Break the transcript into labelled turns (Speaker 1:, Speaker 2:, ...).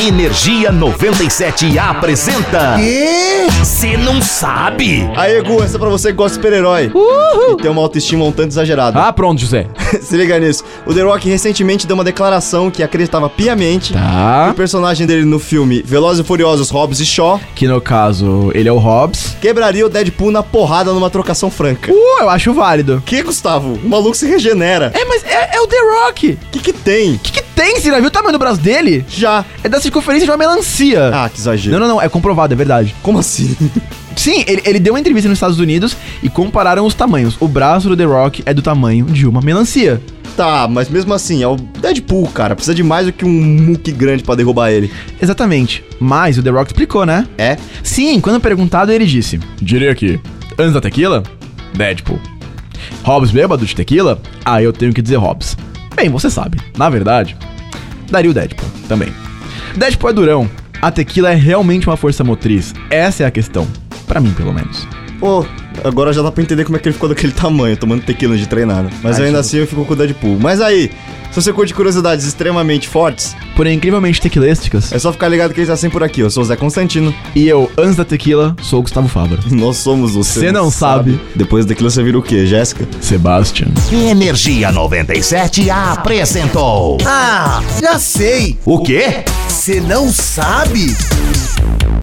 Speaker 1: Energia 97 apresenta.
Speaker 2: Quê?
Speaker 1: Você não sabe?
Speaker 2: Aí, Gu, essa é pra você que gosta de super-herói. Uhul. E tem uma autoestima um tanto exagerada.
Speaker 3: Ah, pronto, José.
Speaker 2: Se liga nisso. O The Rock recentemente deu uma declaração que acreditava piamente que
Speaker 3: Tá.
Speaker 2: o personagem dele no filme Velozes e Furiosos, Hobbs e Shaw
Speaker 3: Que no caso, ele é o Hobbs.
Speaker 2: quebraria o Deadpool na porrada numa trocação franca.
Speaker 3: Uh, eu acho válido.
Speaker 2: Que, Gustavo? O maluco se regenera.
Speaker 3: É, mas é, é o The Rock. O
Speaker 2: O que que tem?
Speaker 3: que, que tem? Você já viu o tamanho do braço dele?
Speaker 2: Já.
Speaker 3: É da circunferência de uma melancia.
Speaker 2: Ah, que exagero.
Speaker 3: Não, não, não. É comprovado, é verdade.
Speaker 2: Como assim?
Speaker 3: Sim, ele, ele deu uma entrevista nos Estados Unidos e compararam os tamanhos. O braço do The Rock é do tamanho de uma melancia.
Speaker 2: tá, mas mesmo assim, é o Deadpool, cara. Precisa de mais do que um muque grande pra derrubar ele.
Speaker 3: Exatamente. Mas o The Rock explicou, né?
Speaker 2: É?
Speaker 3: Sim, quando perguntado, ele disse: Diria que, antes da tequila, Deadpool. Hobbs bêbado de tequila? Ah, eu tenho que dizer Hobbs. Bem, você sabe, na verdade, daria o Deadpool também. Deadpool é durão. A tequila é realmente uma força motriz. Essa é a questão. Pra mim, pelo menos.
Speaker 2: Pô, agora já dá pra entender como é que ele ficou daquele tamanho, tomando tequila de treinada. Mas
Speaker 3: Ai,
Speaker 2: ainda
Speaker 3: Jesus.
Speaker 2: assim eu fico com o Deadpool. Mas aí, se você curte curiosidades extremamente fortes,
Speaker 3: Porém, incrivelmente tequilísticas.
Speaker 2: é só ficar ligado que ele tá sempre por aqui. Eu sou o Zé Constantino.
Speaker 3: E eu, antes da tequila, sou o Gustavo Fabra.
Speaker 2: Nós somos você.
Speaker 3: Cê não sabe.
Speaker 2: Depois daquilo você vira o quê, Jéssica?
Speaker 3: Sebastian.
Speaker 1: Energia 97 apresentou.
Speaker 4: Ah, já sei.
Speaker 1: O quê?
Speaker 4: Você não sabe?